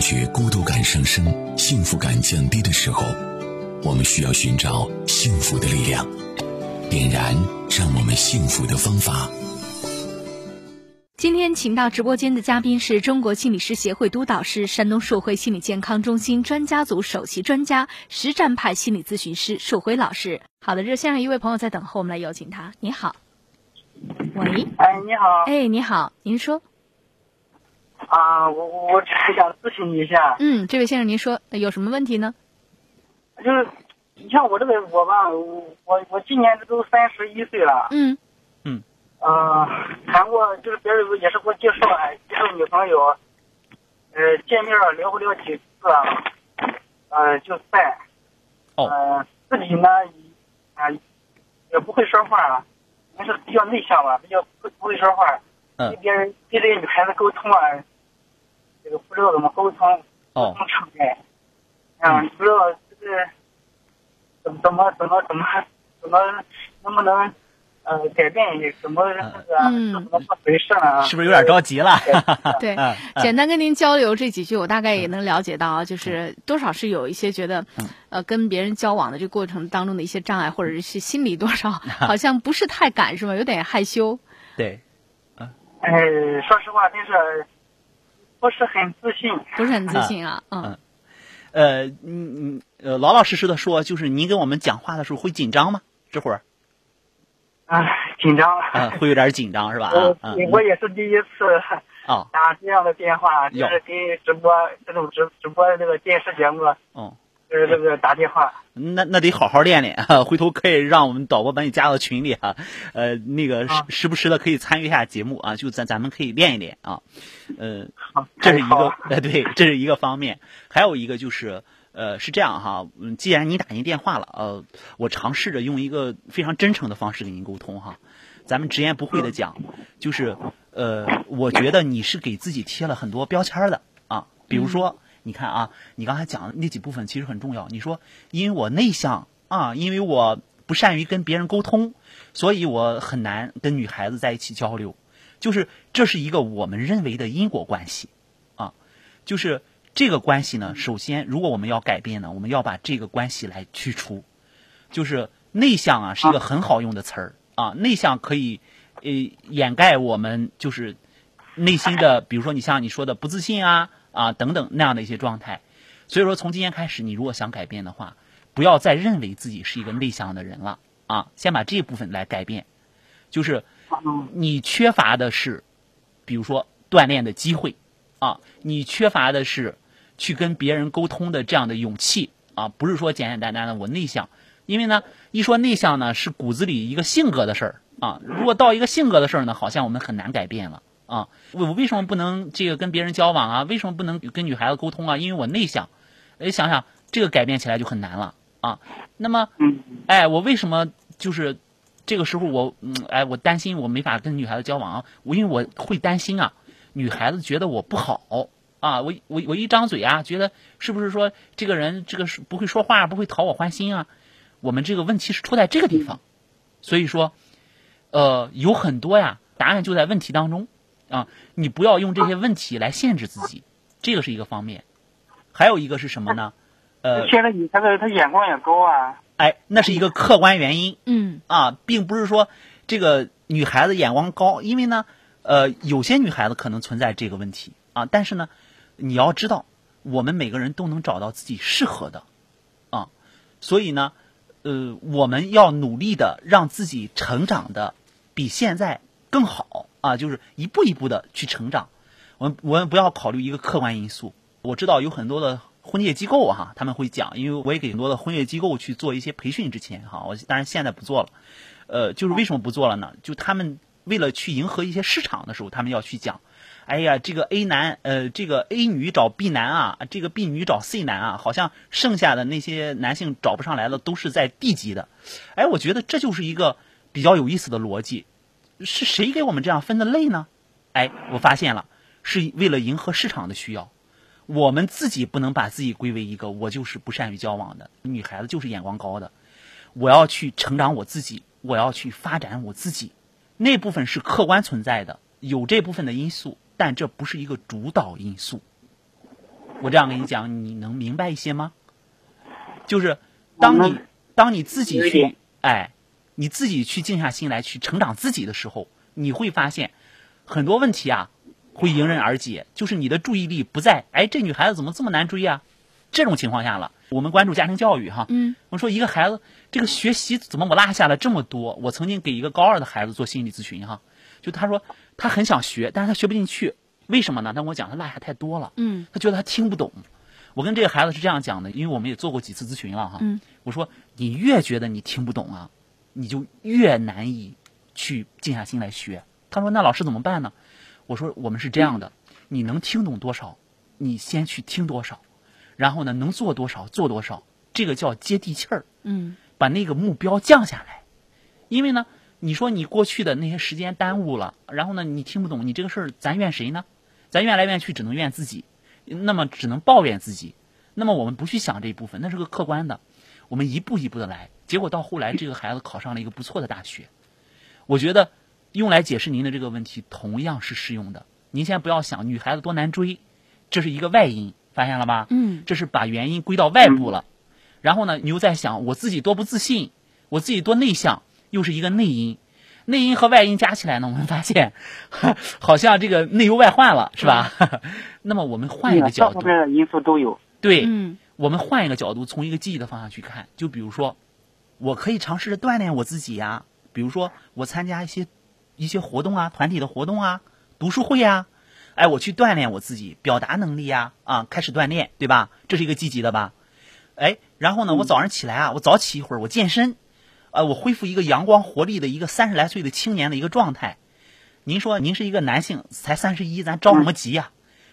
觉孤独感上升、幸福感降低的时候，我们需要寻找幸福的力量，点燃让我们幸福的方法。今天请到直播间的嘉宾是中国心理师协会督导师、山东硕辉心理健康中心专家组首席专家、实战派心理咨询师硕辉老师。好的，热线上一位朋友在等候，我们来有请他。你好，喂，哎，你好，哎，你好，您说，啊，我我只是想咨询一下，嗯，这位先生您说呃有什么问题呢？就是你像我这个我吧，我我我今年这都三十一岁了，嗯呃，谈过就是别人也是给我介绍哎，介绍女朋友，呃，见面聊不了几次，啊呃，就散，哦呃，自己呢，啊、也不会说话，也是比较内向吧，比较不不会说话，嗯跟别人跟这些女孩子沟通啊，这个不知道怎么沟通，哦工厂哎，嗯，不知道这个怎么怎么怎么怎么怎么能不能呃改变一怎么这个嗯怎么不回事啊？是不是有点着急了？对嗯简单跟您交流这几句，我大概也能了解到啊，就是多少是有一些觉得，呃，跟别人交往的这个过程当中的一些障碍，或者是心里多少好像不是太敢是吗？有点害羞。对，哎，说实话，真是不是很自信。不是很自信啊，嗯，呃，嗯嗯，呃，老老实实的说，就是您跟我们讲话的时候会紧张吗？这会儿唉，紧张了。啊、会有点紧张是吧？我啊啊我也是第一次哦打这样的电话，就哟是给直播这种直直播这个电视节目，哦，就是这个打电话。那那得好好练练 啊，回头可以让我们导播把你加到群里啊，呃，那个时啊时不时的可以参与一下节目啊，就咱咱们可以练一练啊，呃，好这是一太好个了呃，对，这是一个方面，还有一个就是呃，是这样哈，嗯，既然你打进电话了，呃，我尝试着用一个非常真诚的方式跟您沟通哈，咱们直言不讳的讲，就是呃，我觉得你是给自己贴了很多标签儿的啊，比如嗯说、你看啊，你刚才讲的那几部分其实很重要，你说因为我内向啊，因为我不善于跟别人沟通，所以我很难跟女孩子在一起交流。就是这是一个我们认为的因果关系，啊，就是这个关系呢，首先如果我们要改变呢，我们要把这个关系来去除，就是内向啊是一个很好用的词儿啊，内向可以呃掩盖我们就是内心的，比如说你像你说的不自信啊啊等等那样的一些状态，所以说从今天开始，你如果想改变的话，不要再认为自己是一个内向的人了啊，先把这一部分来改变，就是嗯你缺乏的是，比如说锻炼的机会，啊，你缺乏的是去跟别人沟通的这样的勇气啊，不是说简简单单的我内向，因为呢，一说内向呢是骨子里一个性格的事儿啊，如果到一个性格的事儿呢，好像我们很难改变了啊，我我为什么不能这个跟别人交往啊？为什么不能跟女孩子沟通啊？因为我内向，哎，想想这个改变起来就很难了啊。那么，嗯哎，我为什么就是这个时候我嗯哎我担心我没法跟女孩子交往啊，我因为我会担心啊，女孩子觉得我不好啊，我我我一张嘴啊，觉得是不是说这个人这个是不会说话，不会讨我欢心啊？我们这个问题是出在这个地方，所以说，呃，有很多呀，答案就在问题当中啊，你不要用这些问题来限制自己，这个是一个方面，还有一个是什么呢？呃，现在女孩子她眼光也高啊。哎，那是一个客观原因，嗯啊，并不是说这个女孩子眼光高，因为呢，呃，有些女孩子可能存在这个问题啊，但是呢，你要知道，我们每个人都能找到自己适合的，啊，所以呢，呃，我们要努力的让自己成长的比现在更好啊，就是一步一步的去成长。我们我们不要考虑一个客观因素。我知道有很多的婚介机构哈、他们会讲，因为我也给很多的婚介机构去做一些培训。之前哈、我当然现在不做了，呃，就是为什么不做了呢？就他们为了去迎合一些市场的时候，他们要去讲，哎呀，这个 A 男，呃，这个 A 女找 B 男啊，这个 B 女找 C 男啊，好像剩下的那些男性找不上来的都是在 D 级的，哎，我觉得这就是一个比较有意思的逻辑，是谁给我们这样分的类呢？哎，我发现了，是为了迎合市场的需要。我们自己不能把自己归为一个我就是不善于交往的女孩子，就是眼光高的。我要去成长我自己，我要去发展我自己，那部分是客观存在的，有这部分的因素，但这不是一个主导因素。我这样跟你讲，你能明白一些吗？就是当你嗯当你自己有一去点哎，你自己去静下心来去成长自己的时候，你会发现很多问题啊会迎刃而解，就是你的注意力不在哎这女孩子怎么这么难追啊这种情况下了。我们关注家庭教育哈，嗯我说一个孩子这个学习怎么我落下了这么多？我曾经给一个高二的孩子做心理咨询哈，就他说他很想学，但是他学不进去，为什么呢？他跟我讲他落下太多了，嗯他觉得他听不懂。我跟这个孩子是这样讲的，因为我们也做过几次咨询了哈，嗯我说你越觉得你听不懂啊，你就越难以去静下心来学。他说那老师怎么办呢？我说我们是这样的，你能听懂多少，你先去听多少，然后呢能做多少做多少，这个叫接地气儿。嗯把那个目标降下来，因为呢，你说你过去的那些时间耽误了，然后呢，你听不懂，你这个事儿咱怨谁呢？咱怨来怨去只能怨自己，那么只能抱怨自己，那么我们不去想这一部分，那是个客观的，我们一步一步的来，结果到后来这个孩子考上了一个不错的大学，我觉得用来解释您的这个问题同样是适用的。您先不要想女孩子多难追，这是一个外因，发现了吧？嗯这是把原因归到外部了。然后呢，你又在想我自己多不自信，我自己多内向，又是一个内因。内因和外因加起来呢，我们发现 好像这个内忧外患了，是吧？ 那么我们换一个角各度，啊方面的因素都有。对，嗯我们换一个角度，从一个积极的方向去看，就比如说，我可以尝试着锻炼我自己呀、比如说我参加一些一些活动啊，团体的活动啊，读书会呀、哎，我去锻炼我自己表达能力呀、啊，开始锻炼，对吧？这是一个积极的吧？哎，然后呢，我早上起来啊，我早起一会儿，我健身，啊，我恢复一个阳光活力的一个三十来岁的青年的一个状态。您说您是一个男性，才三十一，咱着什么急呀、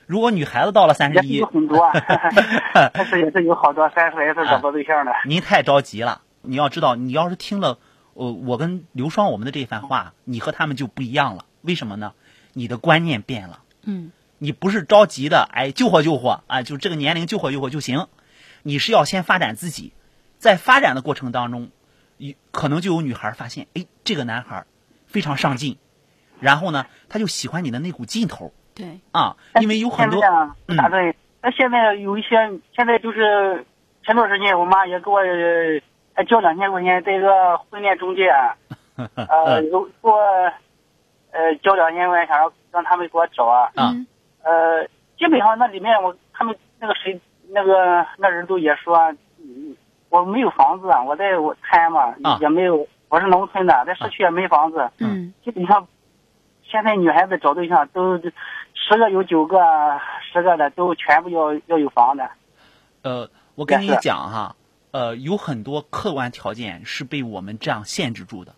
如果女孩子到了三也十是一有，很多 啊，但是也是有好多三十来岁找不到对象的。您太着急了。你要知道，你要是听了呃我跟刘双我们的这番话，你和他们就不一样了。为什么呢？你的观念变了，嗯你不是着急的，哎，救火救火啊，就这个年龄救火救火就行。你是要先发展自己，在发展的过程当中，一可能就有女孩发现，哎，这个男孩非常上进，然后呢，他就喜欢你的那股劲头对啊，因为有很多 嗯现在啊不打断，那现在有一些，现在就是前段时间我妈也给我呃还交两千块钱，在一个婚恋中介，啊呃，嗯有给我呃交两千块钱，想让让他们给我找啊，啊嗯呃，基本上那里面我他们那个谁那个那人都也说啊，嗯我没有房子啊，我在我泰安嘛啊，也没有，我是农村的，在市区也没房子，嗯基本上现在女孩子找对象都十个有九个，十个的都全部要要有房的。呃，我跟你也是讲哈，呃，有很多客观条件是被我们这样限制住的。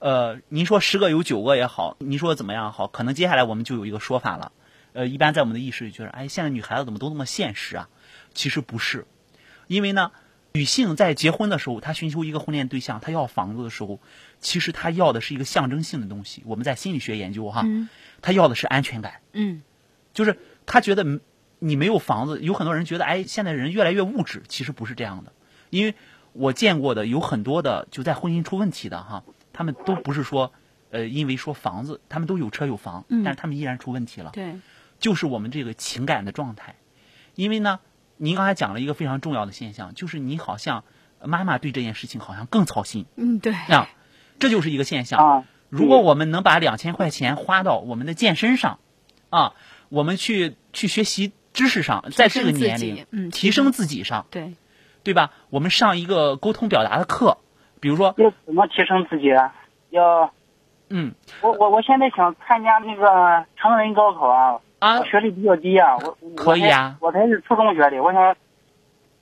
呃，您说十个有九个也好，您说怎么样也好，可能接下来我们就有一个说法了。呃，一般在我们的意识里觉得，哎，现在女孩子怎么都那么现实啊？其实不是，因为呢，女性在结婚的时候，她寻求一个婚恋对象，她要房子的时候，其实她要的是一个象征性的东西。我们在心理学研究哈，嗯她要的是安全感。嗯就是他觉得嗯你没有房子，有很多人觉得，哎，现在人越来越物质，其实不是这样的。因为我见过的有很多的就在婚姻出问题的哈，他们都不是说，呃，因为说房子，他们都有车有房，嗯但是他们依然出问题了。对就是我们这个情感的状态。因为呢，您刚才讲了一个非常重要的现象，就是你好像呃妈妈对这件事情好像更操心嗯对啊，这就是一个现象。啊，如果我们能把两千块钱花到我们的健身上，啊，我们去去学习知识上，在这个年提升自龄己，嗯提升自己上，对对吧？我们上一个沟通表达的课，比如说，要怎么提升自己啊？要嗯我我我现在想参加那个成人高考啊，啊我，学历比较低啊，我可以啊我才我才是初中学历，我想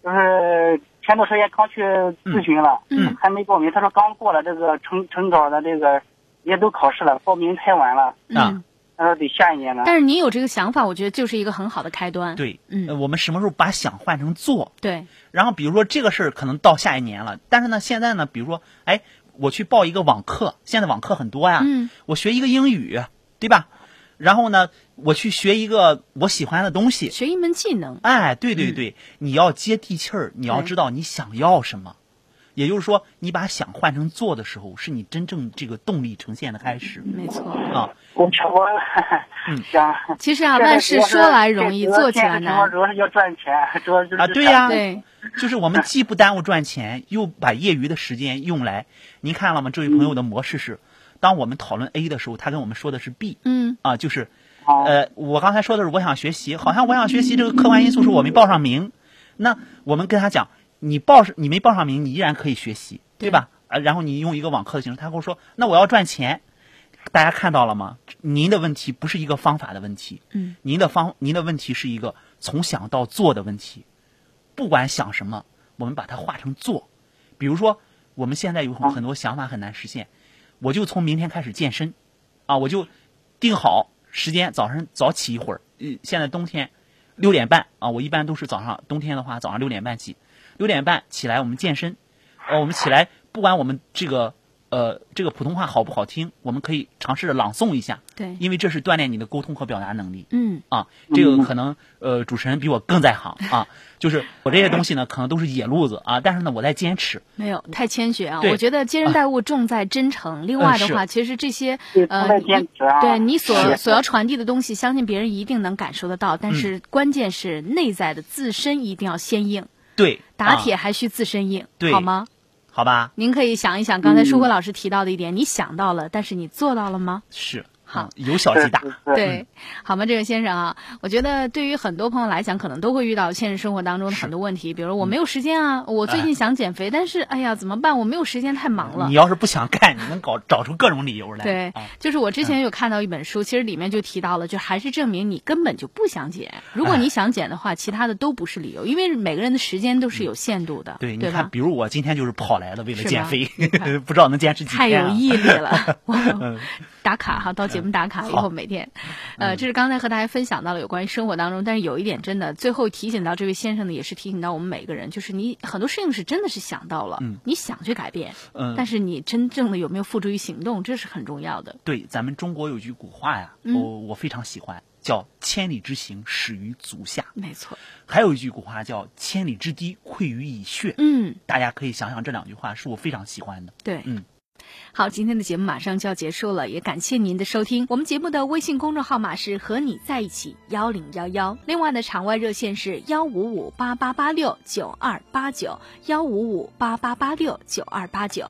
就是前段时间刚去咨询了，嗯还没报名，他说刚过了这个成成考的这个，也都考试了，报名太晚了，嗯啊，他说得下一年了。但是你有这个想法，我觉得就是一个很好的开端。对，嗯呃我们什么时候把想换成做？对然后比如说这个事儿可能到下一年了，但是呢，现在呢，比如说，哎，我去报一个网课，现在网课很多呀，嗯我学一个英语，对吧？然后呢，我去学一个我喜欢的东西，学一门技能，哎，对对嗯对，你要接地气儿，你要对知道你想要什么，也就是说，你把想换成做的时候，是你真正这个动力呈现的开始没错。啊。我我嗯 想其实啊，现在万事主要说是来容易，这做起现来实情况难。主要是要赚钱，主要就是啊对呀赚钱对，就是我们既不耽误赚钱，又把业余的时间用来。您看了吗？这位朋友的模式是，当我们讨论 A 的时候，他跟我们说的是 B 嗯，啊，就是哦呃，我刚才说的是我想学习，好像我想学习这个客观因素是我没报上名。那我们跟他讲，你报上你没报上名，你依然可以学习，对吧？啊，然后你用一个网课的形式，他跟我说，那我要赚钱。大家看到了吗？您的问题不是一个方法的问题，嗯，您的方您的问题是一个从想到做的问题。不管想什么，我们把它化成做。比如说，我们现在有很很多想法很难实现，我就从明天开始健身，啊，我就定好时间，早上早起一会儿。呃，现在冬天六点半啊，我一般都是早上，冬天的话早上六点半起，六点半起来我们健身，呃，我们起来不管我们这个呃这个普通话好不好听，我们可以尝试着朗诵一下，对，因为这是锻炼你的沟通和表达能力。嗯，啊，这个可能呃主持人比我更在行啊，就是我这些东西呢可能都是野路子啊，但是呢我在坚持，没有太谦虚啊。对嗯我觉得接人待物重在真诚。另外的是话，其实这些对呃重在，你坚持啊对你所是所要传递的东西，相信别人一定能感受得到。但嗯是关键是内在的自身一定要先硬，对，打啊铁还需自身硬，对好吗？好吧，您可以想一想刚才舒辉老师提到的一点，你想到了，但是你做到了吗？是好啊由小及大，是是是对，好吗，这位先生啊？我觉得对于很多朋友来讲，可能都会遇到现实生活当中的是很多问题，比如我没有时间啊，我哎最近想减肥，但是哎呀怎么办？我没有时间，太忙了你。要是不想干，你能搞找出各种理由来，对啊，就是我之前有看到一本书，其实里面就提到了，就还是证明你根本就不想减。如哎果你想减的话，其他的都不是理由，因为每个人的时间都是有限度的，嗯对，你对看，吧？比如我今天就是跑来的，为了是吧减肥你看，不知道能坚持几太天有啊。毅力 了，我嗯 打卡哈，到节目打卡以后每天，呃，这是刚才和大家分享到了有关于生活当中，但是有一点真的，最后提醒到这位先生呢，也是提醒到我们每个人，就是你很多事情是真的是想到了，嗯你想去改变，嗯但是你真正的有没有付诸于行动，这是很重要的。对，咱们中国有句古话呀，我、嗯我非常喜欢，叫“千里之行，始于足下没错，”。还有一句古话叫“千里之堤，溃于蚁穴”。嗯，大家可以想想这两句话，是我非常喜欢的。对，嗯。好，今天的节目马上就要结束了，也感谢您的收听。我们节目的微信公众号码是和你在一起幺零幺幺，另外呢，场外热线是幺五五八八八六九二八九幺五五八八八六九二八九。